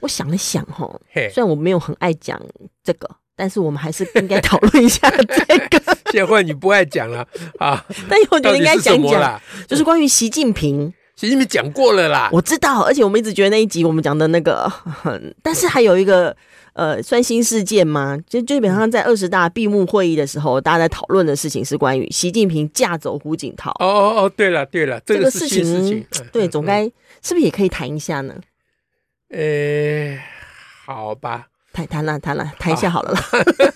我想了想哦，嘿，虽然我没有很爱讲这个，但是我们还是应该讨论一下这 个。现在你不爱讲了 啊？但是我觉到得应底该是什讲么讲，啦？就是关于习近平。习近平讲过了啦。我知道，而且我们一直觉得那一集我们讲的那个， 哼但是还有一个呃，算新事件吗？就就基本上在二十大闭幕会议的时候，大家在讨论的事情是关于习近平架走胡锦涛。哦哦哦，对了对了，这个是新事情。嗯对，总。嗯该是不是也可以谈一下呢？嗯呃，好吧，谈谈了，谈了，谈一下 好了啦。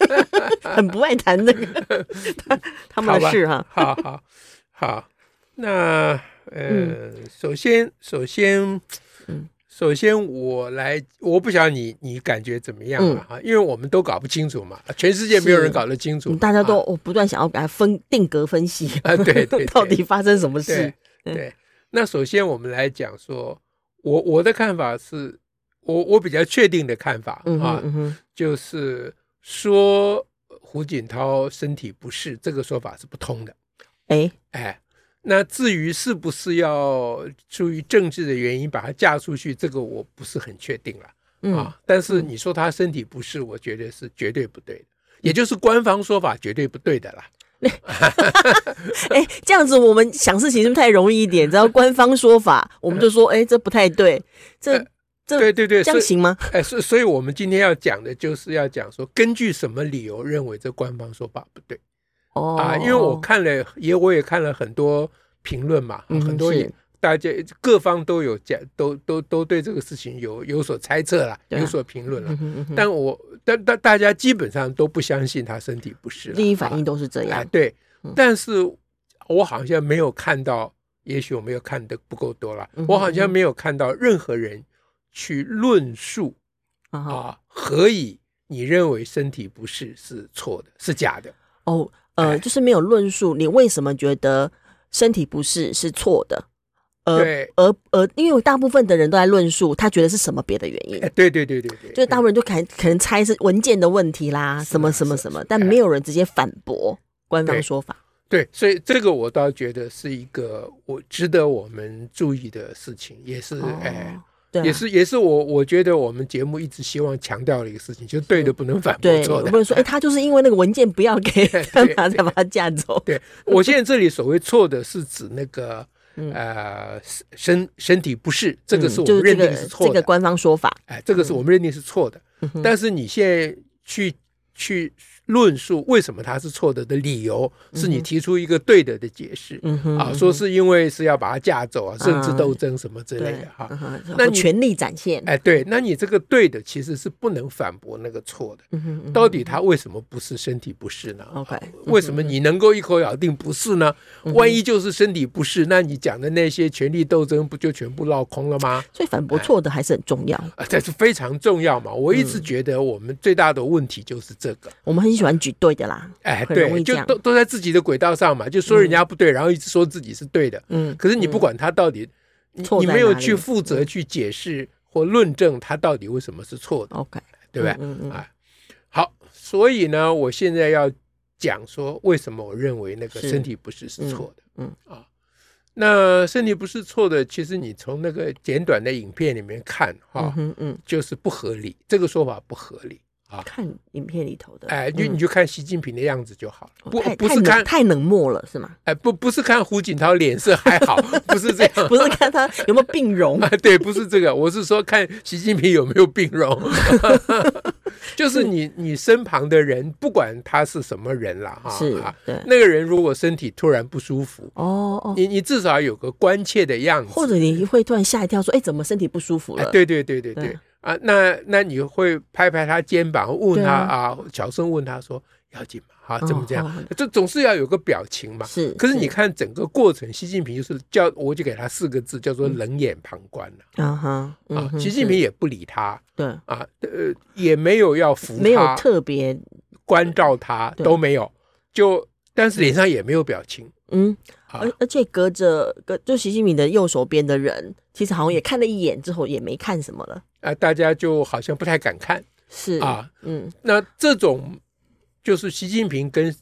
很不爱谈这个 他他们好的吧事哈。好好好，那呃，首先首先嗯，首先我来，我不晓得你你感觉怎么样嗯啊？哈因为我们都搞不清楚嘛，全世界没有是人搞得清楚嗯，大家都啊我不断想要给他分定格分析，啊对对 对到底发生什么事对？嗯对。那首先我们来讲说，我我的看法是，我我比较确定的看法嗯哼啊，嗯哼，就是说胡锦涛身体不适这个说法是不通的。哎，哎，那至于是不是要出于政治的原因把她嫁出去，这个我不是很确定了、嗯啊。但是你说她身体不适，我觉得是绝对不对的，也就是官方说法绝对不对的啦。哎，这样子我们想事情是不是太容易一点？只要官方说法，我们就说哎，这不太对，这呃这对对对，这所样以行吗？哎，所以所以我们今天要讲的就是要讲说，根据什么理由认为这官方说法不对哦啊？因为我看了也我也看了很多评论嘛，嗯很多也是大家各方都有讲，都都都对这个事情有有所猜测啦，对啊有所评论啦。嗯哼嗯哼但我但但大家基本上都不相信他身体不适了，第一反应啊都是这哎样，对嗯，但是我好像没有看到，也许我没有看的不够多了嗯，哼我好像没有看到任何人去论述啊哈啊，何以你认为身体不适是错的，是假的？哦，呃，哎就是没有论述你为什么觉得身体不适是错的，而对，而而因为大部分的人都在论述他觉得是什么别的原因哎，。对对对对对，就是大部分人就可能可能猜是文件的问题啦，是啊什么什么是啊什么是啊，但没有人直接反驳官方对说法。对，所以这个我倒觉得是一个我值得我们注意的事情，也是哦哎。对啊，也是也是我我觉得我们节目一直希望强调的一个事情，就是对的不能反驳对，错我的不。能说哎，他就是因为那个文件不要给 对干嘛才把他架走。对我现在这里所谓错的是指那个 嗯呃身身体不适，这个嗯是我就们这认个定是错这个的，官方说法。哎，这个是我们认定是错的。嗯哼但是你现在去去论述为什么它是错的的理由，是你提出一个对的的解释嗯哼啊，说是因为是要把它架走啊，政治斗争什么之类对的哈。嗯哼那我你权力展现。哎，对，那你这个对的其实是不能反驳那个错的。嗯哼嗯哼到底他为什么不是身体不适呢 OK，啊为什么嗯你能够一口咬定不是呢？万一就是身体不适，那你讲的那些权力斗争不就全部落空了吗？所以反驳错的还是很重要。啊，这是非常重要嘛！我一嗯直觉得我们最大的问题就是这个，我们很喜欢举对的啦。哎，很容易对，就这样都都在自己的轨道上嘛，就说人家不对，然后一直说自己是对的，嗯，可是你不管他到底，你错你在没有哪里嗯去负责去解释或论证他到底为什么是错的。 OK，对不对？嗯嗯嗯啊，好，所以呢，我现在要讲说，为什么我认为那个是身体不适是错的，嗯啊，那身体不适错的，其实你从那个简短的影片里面看哈、嗯哼嗯，就是不合理，这个说法不合理啊，看影片里头的，哦哎，就你就看习近平的样子就好了，不嗯太不太是看冷太冷漠了是吗？ 哎不不是看胡锦涛脸色还 好，不是这样。不是看他有没有病容 啊，对，不是这个，我是说看习近平有没有病 容，就是你你身旁的人，不管他是什么人啦，哈，是啊，对，那个人如果身体突然不舒服，哦哦，你你至少有个关切的样子，或者你会突然吓一跳，说，哎，怎么身体不舒服哎了？，对对对对对对，啊，那那你会拍拍他肩膀，问对他啊啊，小声问他说要紧吗？啊，怎么这样？哦这总是要有个表情嘛。是，可是你看整个过程，习近平就是叫我就给他四个字，叫做冷眼旁观了啊哈，嗯啊。哼习近平也不理他是对啊，呃，也没有要服没有他、特别，关照他对都没有，就但是脸上也没有表情嗯，啊而而且隔着隔就习近平的右手边的人，其实好嗯像也看了一眼之后也没看什么了，啊，大家就好像不太敢看是啊。嗯那这种就是习近平跟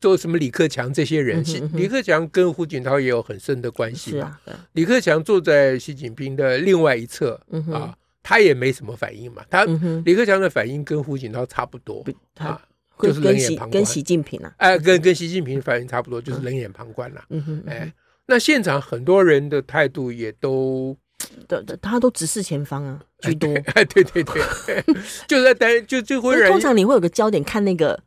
做什么李克强这些嗯人，哼习嗯哼李克强跟胡锦涛也有很深的关系是嘛。啊，对李克强坐在习近平的另外一侧嗯哼啊，他也没什么反应嘛。他嗯哼，李克强的反应跟胡锦涛差不多不他啊，会就是冷跟眼习旁观跟习近平啊，哎，跟跟习近平反应差不多，就是冷眼旁观了。嗯哼，嗯哎，那现场很多人的态度也都 哼对对，他都直视前方啊居多，哎，对 对对，就在担就就会因为让通常你会有个焦点看那个，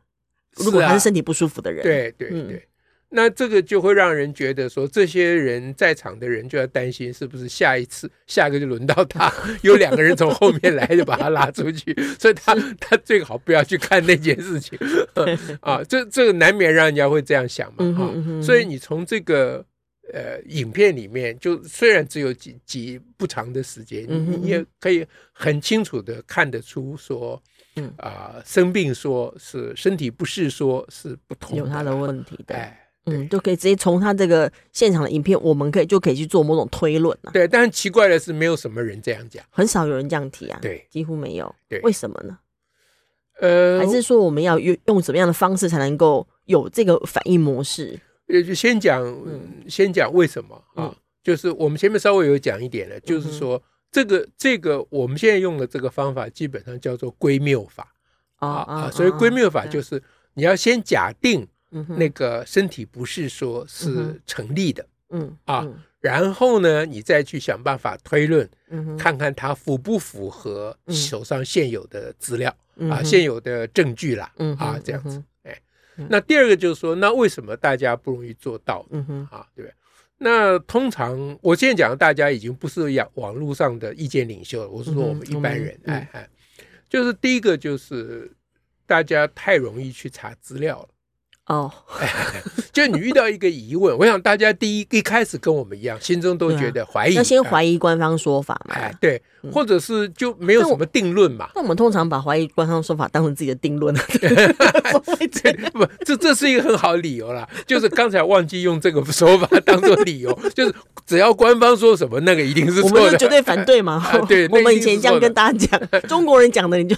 如果是啊他是身体不舒服的人，，对对嗯对，那这个就会让人觉得说，这些人在场的人就要担心是不是下一次下一个就轮到他， 有两个人从后面来就把他拉出去，所 以他他最好不要去看那件事情 啊，这这个难免让人家会这样想嘛嗯啊哼，嗯哼，所以你从这个呃影片里面，就虽然只有几几不长的时间，你嗯哼你也可以很清楚的看得出说，嗯啊、生病说是身体不适说是不同有他的问题的，哎。嗯，就可以直接从他这个现场的影片，我们可以就可以去做某种推论啊。对，但奇怪的是，没有什么人这样讲。很少有人这样提啊，对，几乎没有对。为什么呢？呃，还是说我们要用用什么样的方式才能够有这个反应模式？呃，就先讲，嗯先讲为什么啊？嗯就是我们前面稍微有讲一点了，就嗯是哼说这个这个我们现在用的这个方法，基本上叫做归谬法。哦啊啊，所以归谬法就对是你要先假定嗯哼那个身体不适说是成立的，嗯啊嗯然后呢，你再去想办法推论，嗯哼看看它符不符合嗯手上现有的资料嗯啊，哼现有的证据啦嗯啊哼，这样嗯子哼。嗯那第二个就是说，那为什么大家不容易做到呢嗯哼啊？对不对？那通常我现在讲，的大家已经不是网网络上的意见领袖了，我是说嗯哼我们一般人，我们哎哎，就是第一个就是大家太容易去查资料了。哦，就你遇到一个疑问，我想大家第一一开始跟我们一样，心中都觉得怀疑，啊要先疑，怀疑官方说法嘛。嗯啊哎，对，或者是就没有什么定论嘛。那我们通常把怀疑官方说法当成自己的定 论，怎么会这对样？， 不，这这是一个很好的理由啦，就是刚才忘记用这个手法当做 理由，就是只要官方说什么，那个一定是我错们的，就绝对反对嘛。啊对我们以那一定前是这样错的跟大家讲，中国人讲的你 就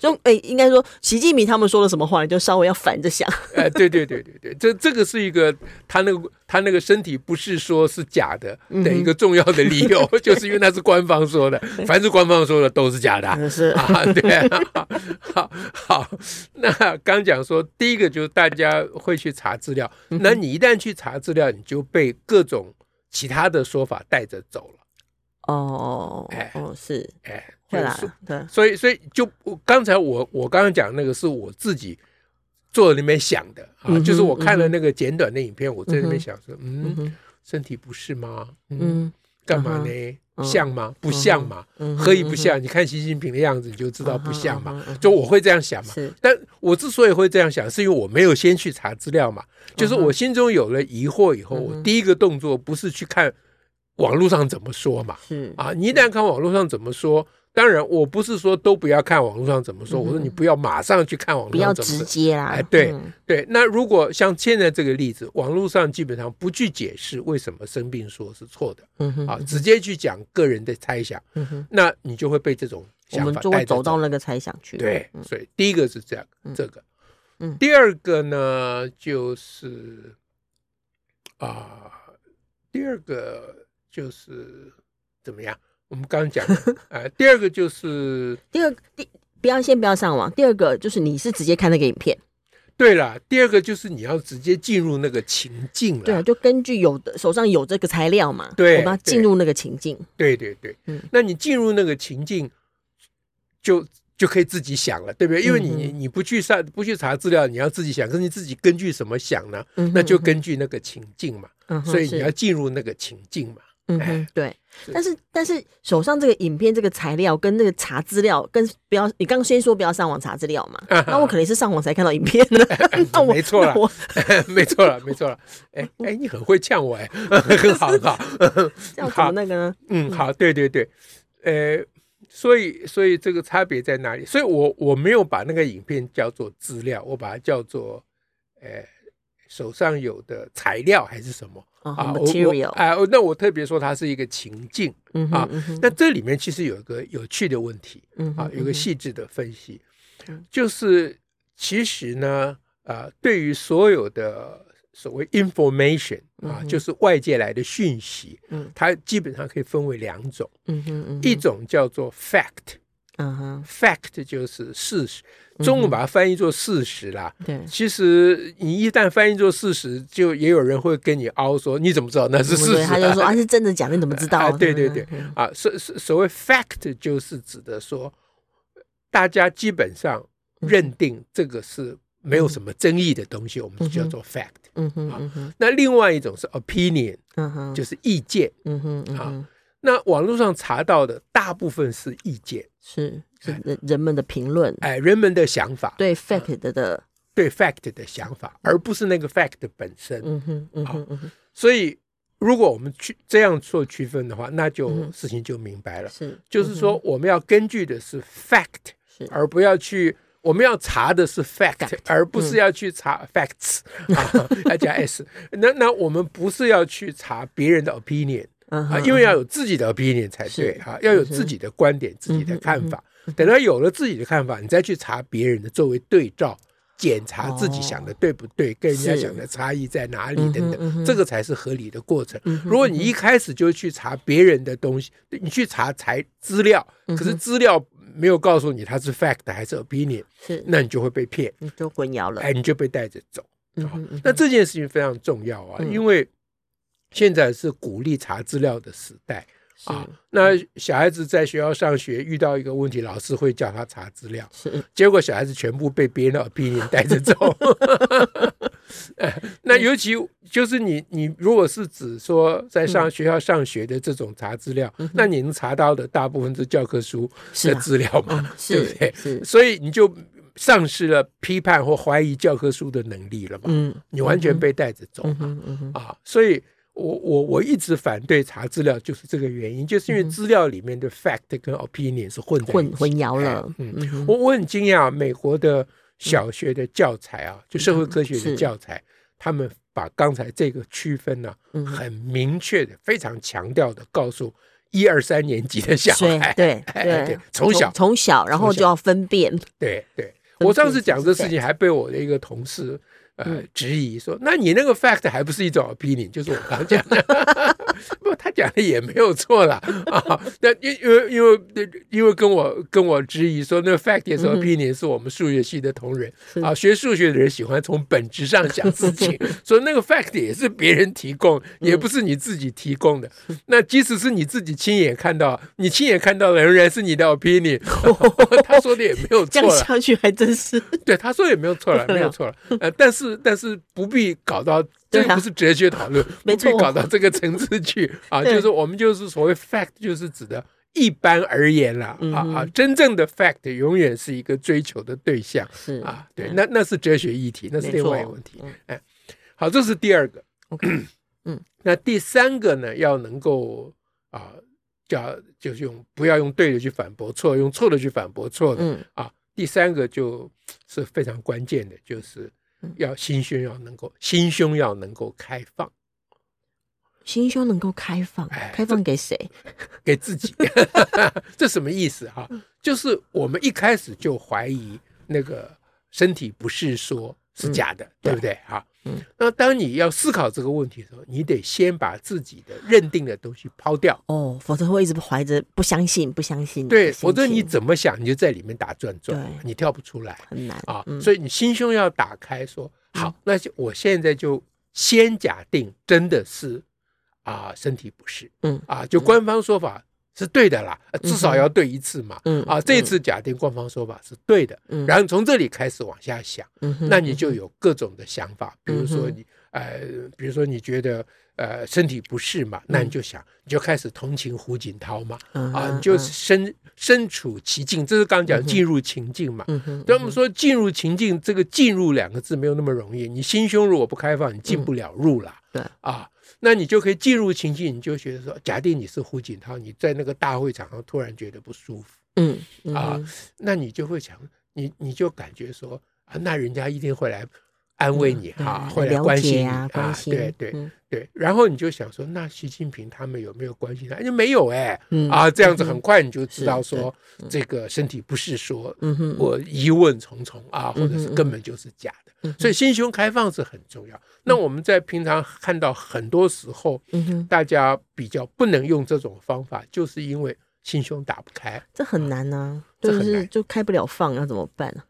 中哎，应该说习近平他们说了什么话，你就稍微要反着想。 哎，对对对对对，这这个是一个他那个他那个身体不是说是假的的嗯一个重要的理 由，就是因为那是官方说的，凡是官方说的都是 假的啊。可是，啊，对啊，好，好，那刚讲说，第一个就是大家会去查资料，嗯那你一旦去查资料，你就被各种其他的说法带着走了，哦哎哦，是哎，会就啦是，对，所以，所以就我刚才我我刚刚讲那个是我自己坐在那边想的啊，嗯哼就是我看了嗯哼那个简短的影片，我在那边嗯哼想说，嗯嗯，哼身体不适吗？嗯，嗯干嘛呢？嗯像吗？不像嘛？嗯何以不像？你看习近平的样子，你就知知道不像嘛。，嗯哼就我会这样想嘛。是但我之所以会这样想，是因为我没有先去查资料嘛，嗯就是我心中有了疑惑以后，嗯哼我第一个动作不是去看网络上怎么说嘛，是啊，你一旦看网络上怎么说，当然我不是说都不要看网络上怎么嗯说，哼我说你不要马上去看网不络要上怎直么说。接啦哎，对嗯对，那如果像现在这个例子，网络上基本上不去解释为什么生病说是错的嗯哼啊，直接去讲个人的猜想，嗯哼，那你就会被这种我想们法就带会着走到那个猜想去，对，嗯所以第一个是这样，嗯这个，嗯第二个呢就是啊、第二个就是怎么样？我们刚刚讲的 啊、第二个就是第二第不要先不要上网，第二个就是你是直接看那个影片，对了，第二个就是你要直接进入那个情境了，对啊，就根据有的手上有这个材料嘛，对我们要进入那个情境，对对对，嗯那你进入那个情境，就就可以自己想了，对不对？因为你、嗯你不去上不去查资料，你要自己想，可是你自己根据什么想呢？嗯哼那就根据那个情境嘛，嗯哼所以你是要进入那个情境嘛，嗯哼，对。但是但是手上这个影片这个材料跟那个查资料跟不要，你刚刚先说不要上网查资料嘛， 那我可能是上网才看到影片的，那我没错啦那我 没错了，没错了。哎哎，你很会呛我哎，很好很好。这样怎么那个呢？嗯，好，对对对，呃，所以所以这个差别在哪里？所以我我没有把那个影片叫做资料，我把它叫做呃手上有的材料还是什么啊啊我我，material，啊、那我特别说它是一个情境。嗯啊哼，嗯哼那这里面其实有一个有趣的问题嗯哼啊，有个细致的分析嗯，就是其实呢，啊，对于所有的所谓 information 嗯啊，哼就是外界来的讯息，嗯它基本上可以分为两种，嗯哼嗯哼，一种叫做 fact，fact 嗯哼，就是事实，嗯中文把它翻译作事实啦。对，其实你一旦翻译作事实，就也有人会跟你凹说，你怎么知道那是事实、对，啊？他就说啊是真的假的，你怎么知道啊？对对对嗯啊，所所所谓 fact 就是指的说，大家基本上嗯认定这个是没有什么争议的东西，我们就叫做 fact。嗯哼嗯哼那另外一种是 opinion，嗯哼，啊就是意见。嗯哼嗯啊哼，那网络上查到的大部分是意见，是是人人们的评论哎，人们的想法，对 fact 的的，对 fact 的想法，而不是那个 fact 本身。嗯哼嗯哼嗯哼，所以，如果我们去这样做区分的话，那嗯就哼事情就明白了。是就是说，我们要根据的是 fact，嗯是而不要去，我们要查的是 fact，, Fact，嗯而不是要去查 facts、啊， 要加 s。那那我们不是要去查别人的 opinion 嗯啊，哼，因为要有自己的 opinion 才对是嗯啊，要有自己的观点、自己的看法。等到有了自己的看法，你再去查别人的，作为对照。检查自己想的对不对，跟人家哦是想的差异在哪里嗯哼嗯等等，哼这个才是合理的过程。嗯哼如果你一开始就去查别人的东西，你去查材资料，嗯可是资料没有告诉你它是 fact 还是 opinion，是那你就会被骗，你就混淆了，哎，你就被带着走。嗯哼嗯嗯哼那这件事情非常重要啊，因为现在是鼓励查资料的时代啊。嗯那小孩子在学校上学遇到一个问题，老师会叫他查资料，是是结果小孩子全部被别人的 opinion 带着走。 哎那尤其就是你，你如果是指说在上嗯学校上学的这种查资料，那你能查到的大部分是教科书是的啊嗯资料嘛，对不对是？是，所以你就丧失了批判或怀疑教科书的能力了嘛，嗯你完全被带着走嗯嘛、哼嗯哼啊！所以我我我一直反对查资料，就是这个原因，就是因为资料里面的 fact 跟 opinion 是混在一起嗯混混淆了哎，嗯，嗯哼嗯我我很惊讶，啊美国的小学的教材啊，就社会科学的是教材，他们把刚才这个区分呢、嗯哼很明确的、非常强调的告诉一二三年级的小对孩，对哎对对，从小从小，然后就要分 辨， 对对，分我上辨次是讲不这是事情还被我的一个同事呃质疑说，那你那个 fact 还不是一种 opinion，就是我刚讲的。不，他讲的也没有错啦啊。那因因为因为因为跟我跟我质疑说，那 fact 也是 opinion，是我们数学系的同仁是啊，学数学的人喜欢从本质上想事情，说那个 fact 也是别人提供，也不是你自己提供的。那即使是你自己亲眼看到，你亲眼看到的仍然是你的 opinion。他说的也没有这错样啦。下去还真 是，对，他说也没有 错了，不得没了有错了。呃，但是但是不必搞到这对啊个不是哲学讨论， 没不必错搞到这个层 次去啊。对就是我们就是所谓 fact，就是指的一般而言啦嗯啊哼啊，真正的 fact 永远是一个追求的对象是嗯啊。对，那那是哲学议题，那是没另外一错个问题嗯。哎，好，这是第二个。 OK，嗯， 那第三个呢，要能够啊。叫就是用不要用对的去反驳错，用错的去反驳错的，嗯啊，第三个就是非常关键的，就是嗯要心胸要能够心胸要能够开放，心胸能够开放哎，开放给谁？给自己， 这什么意思哈、嗯就是我们一开始就怀疑那个身体不适说是假的，对不对哈？嗯那当你要思考这个问题的时候，你得先把自己的认定的东西抛掉，哦，否则会一直怀着不相信、不相信的心情，对，否则你怎么想你就在里面打转转嗯对，你跳不出来。很难啊，嗯所以你心胸要打开说，好，那就我现在就先假定真的是啊、身体不适，嗯啊，就官方说法是对的啦，呃至少要对一次嘛。嗯啊，这次假定官方说法是对的，嗯然后从这里开始往下想，嗯哼那你就有各种的想法，比如嗯说哼你呃，比如说你觉得呃身体不适嘛，那你就想，你就开始同情胡锦涛嘛，嗯啊，哼你就身身处其境，这是刚刚讲进入情境嘛。嗯哼对我们说进入情境，这个“进入”两个字没有那么容易。你心胸如果不开放，你进不了入啦。嗯对啊，那你就可以进入情境，你就觉得说，假定你是胡锦涛，你在那个大会场上突然觉得不舒服，嗯嗯啊哼那你就会想，你你就感觉说啊，那人家一定会来安慰你哈、嗯会来了关解心你啊，关心对对嗯对。然后你就想说，那习近平他们有没有关心他？哎，没有哎、嗯啊，这样子很快你就知道是说这个身体不适说。嗯哼我疑问重重啊，嗯或者是嗯根本就是假的嗯，所以心胸开放是很重要。那我们在平常看到很多时候，嗯哼，大家比较不能用这种方法，就是因为心胸打不开，这很难啊，这就很是难就开不了放，要怎么办啊？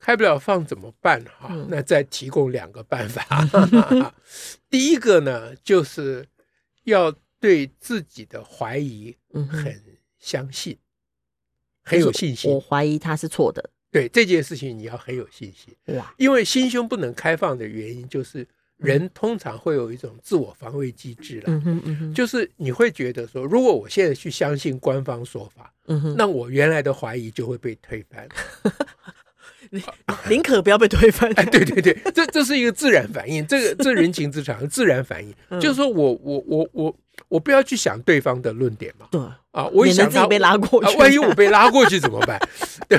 开不了放怎么办哈、嗯那再提供两个 办法。第一个呢，就是要对自己的怀疑嗯哼，很相信，很有信我心。怀疑他是错的，对这件事情，你要很有信心。哇，因为心胸不能开放的原因，嗯就是人通常会有一种自我防卫机制了，嗯哼嗯哼，就是你会觉得说，如果我现在去相信官方说法，嗯哼，那我原来的怀疑就会被推翻。 宁可不要被推翻， 哎， 对对对，这这是一个自然反应，这个这人情之常，自然反应，嗯就是说我我我我我不要去想对方的论点嘛，对，啊，我一免得想自己他被拉过啊去，，万一我被拉过去怎么办？ 对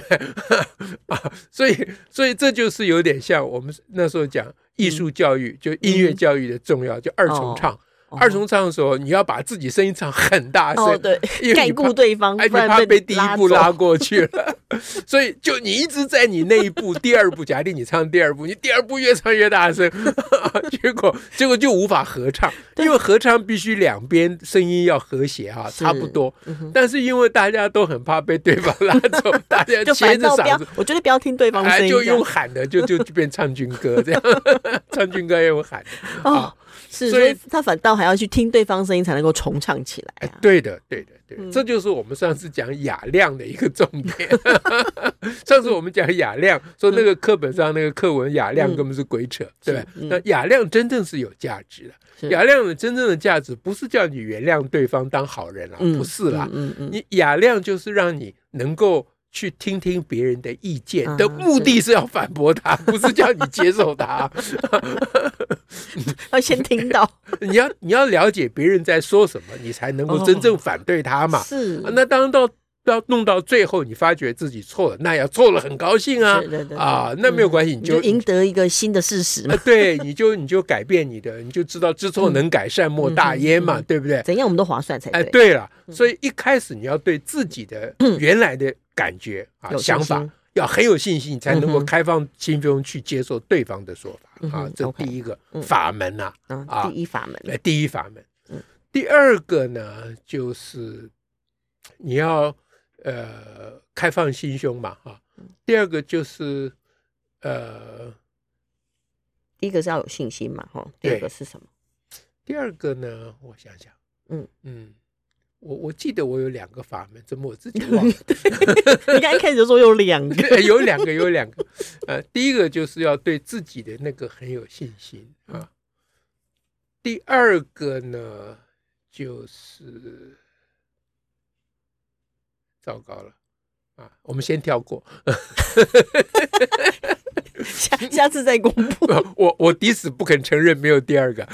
啊，所以所以这就是有点像我们那时候讲艺术教育，就音乐教育的重要，就二重唱。嗯哦二重唱的时候，你要把自己声音唱很大声，哦对因为盖你过怕。对方，哎，你不然怕被第一拉步走拉过去了， 所以就你一直在你那一步，第二步，假定你唱第二步，你第二步越唱越大声， 结果结果就无法合唱，因为合唱必须两边声音要和谐哈、是差不多。嗯哼但是因为大家都很怕被对方拉走，大 家就切反着倒不嗓要子，，我觉得不要听对方的声哎，音，啊就这样用喊的，就就就变唱军歌这样， 唱军歌也有喊的。哦，是，啊所所以以他反倒还要去听对方声音才能够重唱起来哎啊。，对的，对的，对的嗯这就是我们上次讲雅量的一个重 点。上次我们讲雅量，说那个课本上那个课文雅量嗯根本是鬼扯，对吧？是嗯那雅量真正是有价值的，是雅量的真正的价值不是叫你原谅对方当好人啦，嗯，不是啦，嗯嗯嗯你雅量就是让你能够去听听别人的意见，啊的目的是要反 驳他，不是叫你接受他。啊要先听到你要你要了解别人在说什么，你才能哦够真正反对他 嘛。是啊那当然到到弄到最后，你发觉自己错了，那要错了很高兴啊对对对啊，那没有关系，你你就就赢得一个新的事实嘛啊，，对，你就你就改变你的，你就知道知错能改，善莫大焉嘛，嗯对不对？怎样我们都划算才哎，对，对了，所以一开始你要对自己的原来的感觉啊、有信想法心要很有信心，你才能够嗯哼开放心胸去接受对方的说法嗯啊哼。这 OK，第一个嗯法门呐，嗯啊，第一法门，呃，第一法门。第二个呢，就是你要呃开放心胸嘛，哈。第二个就是呃，第一个是要有信心嘛，哈，第对二个是什么？第二个呢，我想想，嗯嗯，我我记得我有两个法门，怎么我自己忘了？你刚一开始就说有两个， 有两个，有两个。呃，第一个就是要对自己的那个很有信心啊。第二个呢，就是糟糕了啊，我们先跳过。 下下次再公布。我我抵死不肯承认没有第二个。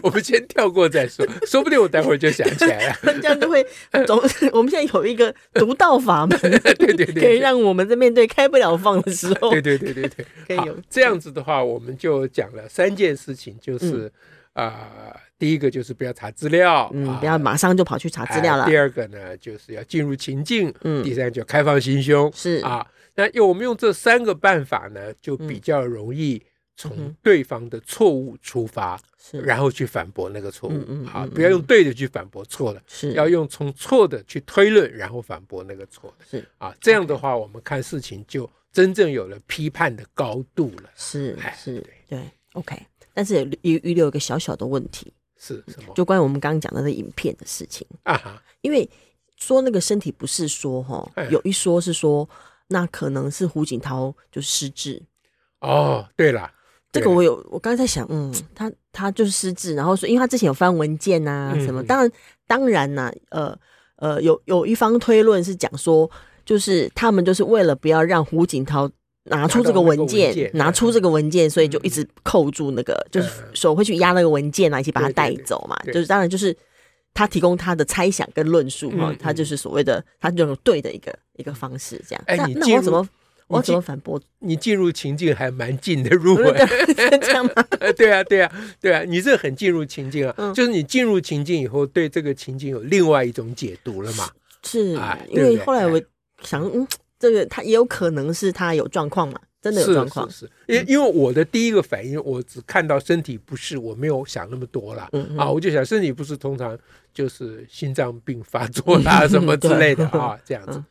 我们先跳过再说，说不定我待会儿就想起来了。 这样就会总，我们现在有一个独到法门，对对对对可以让我们在面对开不了放的时候，对对对对对，可以好有这样子的话，我们就讲了三件事情，就是啊、呃第一个就是不要查资料，嗯，啊不要马上就跑去查资料了哎，第二个呢，就是要进入情境，嗯第三就开放心胸，是啊。那用我们用这三个办法呢，就嗯比较容易从对方的错误出发，是然后去反驳那个错误、嗯嗯啊嗯，不要用对的去反驳错的，是要用从错的去推论，然后反驳那个错的是啊。这样的话，我们看事情就真正有了批判的高度了。是哎是对，对，OK。但是也留也预留一个小小的问题，是什么嗯就关于我们刚刚讲到的影片的事情。啊哈？因为说那个身体不适说哈哎，有一说是说那可能是胡锦涛就失智。哦，对了，这个我有，我刚才在想，嗯，他他就是失智，然后说，因为他之前有翻文件呐、嗯什么，嗯当然当然呐、呃呃，有有一方推论是讲说，就是他们就是为了不要让胡锦涛拿出这个文件，拿拿出出这这个文件，所以就嗯一直扣住那个，就是嗯手会去压那个文件啊，一起把它对对带对走嘛，对就是当然就是。他提供他的猜想跟论述哈，嗯他就是所谓的他这种对的一个一个方式这样。哎那你那进我入怎么我要你进怎么反驳？ 你进入情境还蛮近的 入啊围。这样吗？对啊，对啊，对啊，你这很进入情境啊，嗯就是你进入情境以后，对这个情境有另外一种解读了嘛？是哎，因对不为对后来哎我想，嗯，这个他也有可能是他有状况嘛，真的有是状况。是是，因因为我的第一个反应，我只看到身体不适，我没有想那么多啦。嗯啊，嗯我就想身体不适通常就是心脏病发作啦、 什么之类的啊，这样子嗯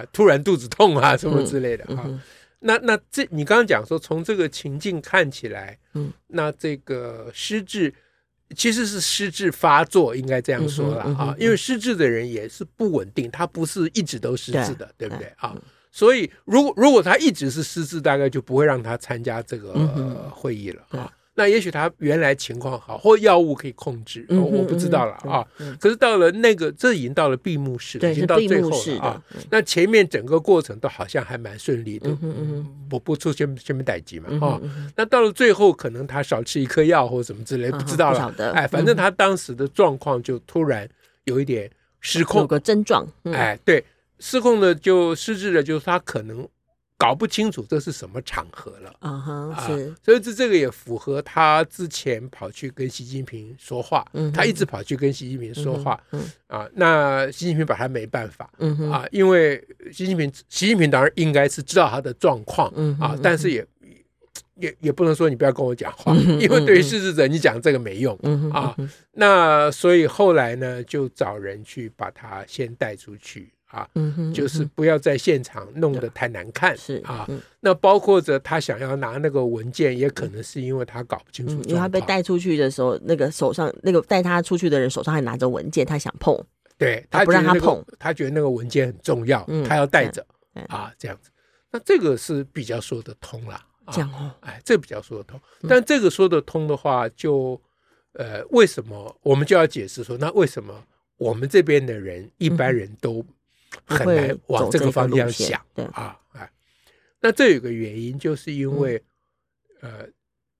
啊，突然肚子痛啊，什么之类的嗯啊。哼那那这你刚刚讲说，从这个情境看起来，嗯，那这个失智其实是失智发作，应该这样说了嗯哼嗯哼啊嗯，因为失智的人也是不稳定，他不是一直都失智的，对对嗯不对啊？所以如果如果他一直是失智，大概就不会让他参加这个、嗯哼呃会议了对啊。那也许他原来情况好，或药物可以控制，嗯哦我哼不知嗯道哼了啊。嗯嗯可是到了那个，这已经到了闭幕式了，对，已是经到闭最幕后式了啊的。。嗯那前面整个过程都好像还蛮顺利的，嗯哼嗯不不出什么什么歹疾嘛嗯啊、哼嗯哼那到了最后，可能他少吃一颗药或什么之类，啊不知道不了晓。得哎，反正嗯他当时的状况就突然有一点失控有，个症状，嗯，哎，对，失控的就失智了，就是他可能搞不清楚这是什么场合了。啊哈，啊是，所以这这个也符合他之前跑去跟习近平说话，嗯哼他一直跑去跟习近平说话、嗯啊，那习近平把他没办法，嗯哼，啊，因为习近平，习近平当然应该是知道他的状况嗯啊哼，但是也也也不能说你不要跟我讲话，嗯因为对于失智者，你讲这个没用。嗯哼啊，嗯哼那所以后来呢，就找人去把他先带出去啊，嗯哼，就是嗯不要在现场弄得太难看哼是啊。嗯那包括着他想要拿那个文件，也可能是因为他搞不清楚嗯，因为他状被况，带出去的时候，那个手上那个带他出去的人手上还拿着文件，他想碰，对他不觉让得他那个碰，他觉得那个文件很重要嗯，他要带着对对啊，这样子。那这个是比较说得通啦。啊这样哦，哎，这比较说得通嗯。但这个说得通的话，就呃，为什么我们就要解释说，那为什么我们这边的人一般人都嗯不很会难往走这这个方路向线想对，啊？哎，那这有个原因，就是嗯因为、呃，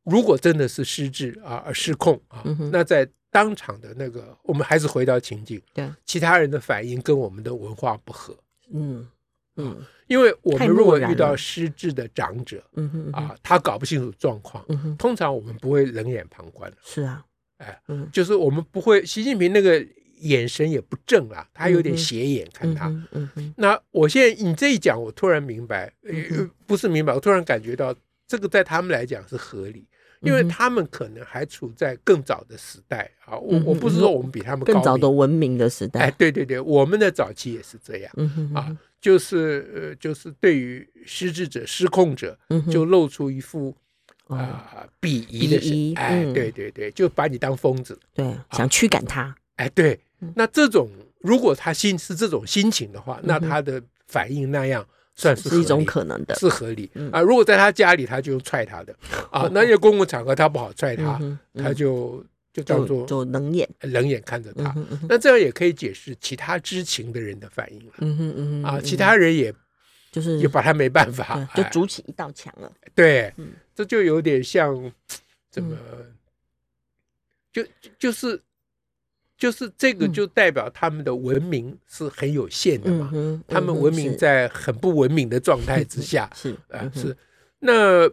如果真的是失智啊、而失控啊，嗯哼那在当场的那个，我们还是回到情境，对其他人的反应跟我们的文化不合，嗯嗯因为我太们如果漠然遇到了失智的长者嗯哼，嗯哼，啊，他搞不清楚状况。嗯哼，通常我们不会冷眼旁观的，是啊，哎，嗯，就是我们不会，习近平那个眼神也不正啦，他有点嗯哼斜眼看嗯他。哼，嗯哼，那我现在你这一讲，我突然明白，呃嗯哼不是明白，我突然感觉到这个在他们来讲是合理，因为嗯哼他们可能还处在更早的时代啊。我嗯哼我不是说我们比他们高更明早的文明的时代，哎，对对对，我们的早期也是这样，嗯哼啊，就是呃，就是对于失智者、失控者，嗯哼就露出一副哦啊，鄙夷的鄙夷是，哎，嗯对对对，就把你当疯子，对，想驱赶他，哎，对嗯。那这种如果他心是这种心情的话，那嗯哼他的反应那样算是是一合种理可能的。是合理嗯啊。如果在他家里，他就踹他 的啊，那些公共场合他不好踹他，嗯哼他嗯就就当就做就冷眼，冷眼看着嗯他。哼嗯哼那这样也可以解释其他知情的人的反应了嗯哼嗯哼啊，嗯其他人也就是也把他没办法对，哎就筑起一道墙了。对嗯，这就有点像怎么，就就就是就是这个嗯就代表他们的文明是很有限的嗯嘛，哼，，他们文明在很不文明的状态之下是嗯啊是那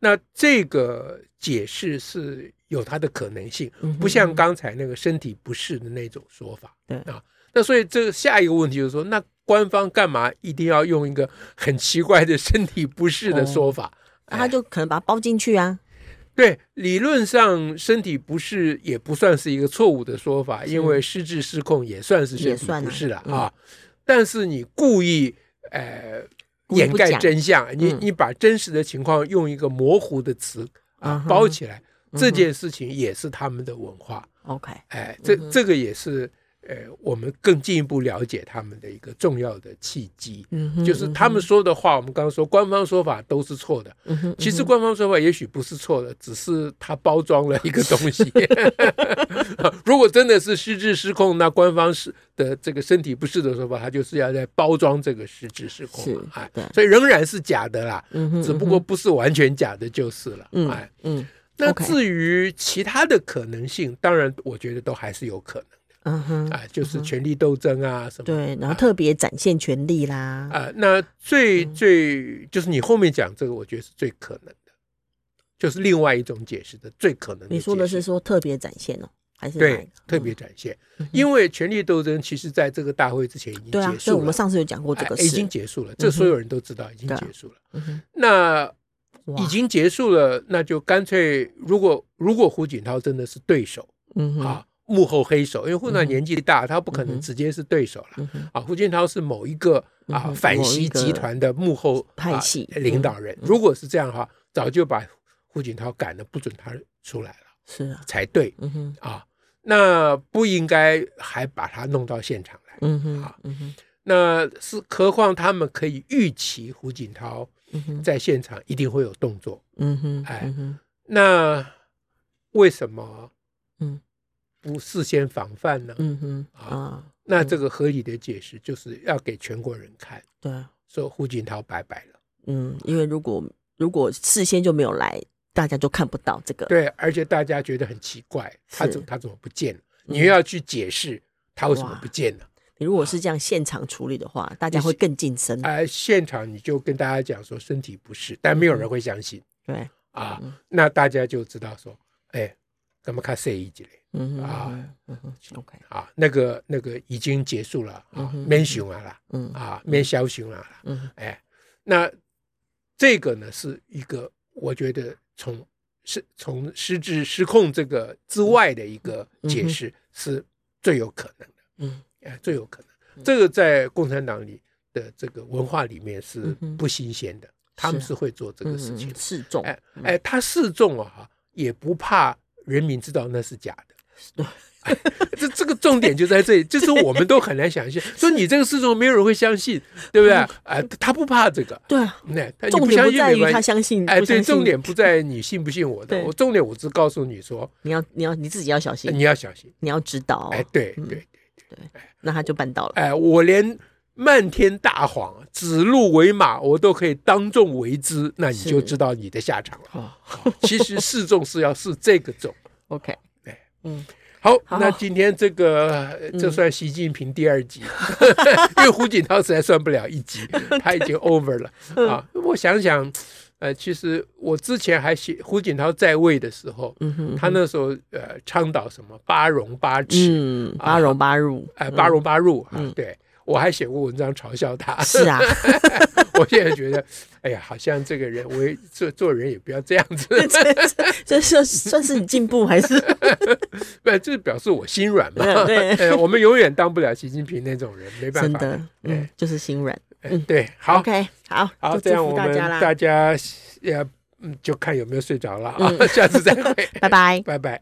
那这个解释是有它的可能性，嗯不像刚才那个身体不适的那种说法。对啊，那所以这个下一个问题就是说，那官方干嘛一定要用一个很奇怪的身体不适的说法？哦啊哎他就可能把它包进去啊。对，理论上身体不适也不算是一个错误的说法，因为失智失控也算是身也体算啊不适了嗯啊。但是你故意呃故意掩不盖讲真相，你嗯你把真实的情况用一个模糊的词嗯啊哼包起来，嗯哼这件事情也是他们的文化。 OK，哎，这嗯哼这个也是呃，我们更进一步了解他们的一个重要的契机。嗯哼，就是他们说的话，我们刚刚说官方说法都是错的。嗯哼，其实官方说法也许不是错的，只是它包装了一个东西。 如果真的是失智失控，那官方是的这个身体不适的说法，它就是要在包装这个失智失控嘛。是哎对，所以仍然是假的啦，嗯哼，只不过不是完全假的，就是了。嗯哎，嗯那 OK 至于其他的可能性，当然我觉得都还是有可能嗯哼，啊，就是权力斗争啊什么的。对，然后特别展现权力啦，啊、那最嗯最就是你后面讲这个，我觉得是最可能的，就是另外一种解释的最可能的解释。你说的是说特别展现哦，还是哪一对个嗯特别展现，因为权力斗争其实在这个大会之前已经对啊结，所以束我了，们上次有讲过这哎个已事嗯经，结束了，这所有人都知道已经对啊结束了。嗯哼那哇已经结束了，那就干脆如果如果胡锦涛真的是对手嗯哼啊，幕后黑手，因为胡锦涛嗯哼年纪大，他不可嗯能哼直接是对手了。嗯哼啊，胡锦涛是某一个嗯啊哼反某一习个集团的幕后派啊系领导人。嗯如果是这样的话，早就把胡锦涛赶了，不准他出来了是啊，才对嗯哼啊。那不应该还把他弄到现场来。嗯哼好嗯哼那是，何况他们可以预期胡锦涛嗯哼在现场一定会有动作。嗯哼哎嗯哼那为什么嗯不事先防范呢？嗯哼啊啊，那这个合理的解释就是要给全国人看，对啊，说胡锦涛拜拜了。嗯，因为如果如果事先就没有来，大家就看不到这个，对，而且大家觉得很奇怪，他是怎他怎么不见了？嗯你又要去解释他为什么不见了？你如果是这样现场处理的话，大家你会是更近身。啊、现场你就跟大家讲说身体不适，但没有人会相信对，啊嗯。那大家就知道说，哎，干嘛看谁一集嘞？嗯哼啊嗯哼嗯哼，OK，啊，那个那个已经结束了嗯啊，哼免熊啊啦，嗯啊，免消熊啊啦，嗯哎，那这个呢是一个我觉得从失从失智失控这个之外的一个嗯解哼释是最有可能的。嗯哎，最有可能。这个在共产党里的这个文化里面是嗯哼不新鲜的，他们是啊是会做这个嗯，事情的。示众，哎哎，他示众啊，哈，也不怕人民知道那是假的。哎 这这个重点就在这里，就是我们都很难想象，说你这个示众没有人会相信，对不对？哎，他不怕这个，对啊，那他哎你嗯重不点相不信在没于他关系。相信，哎，不相对，重信点不在你信不信我的，对我重点我只告诉你说，你要你要你自己要小心你，要小心。你要知道，哎，对嗯对，那他就办到了。哎，我连漫天大谎、指鹿为马，我都可以当众为之，那你是就知道你的下场了。哦好其实示众是要示这个众。 ，OK，哎嗯，好，好那今天这个呃这算习近平第二集，嗯 因为胡锦涛实在算不了 一集，他已经 over 嗯了啊。我想想，呃，其实我之前还写胡锦涛在位的时候，嗯哼，他那时候呃倡导什么八荣八耻，嗯，八荣八入，哎，八荣八入啊嗯，对我还写过文章嘲笑他。是 啊，我现在觉得，哎呀，好像这个人，我也做做人也不要这样子， 这算算是你进步还是？不，这表示我心软嘛。嗯对 哎我们永远当不了习近平那种人，没办真法。的，嗯，就是心软。哎对，好， OK，好，好，就这祝样福我大们家啦， 大家呃，嗯，就看有没有睡着了啊，下次再会，拜拜。拜拜。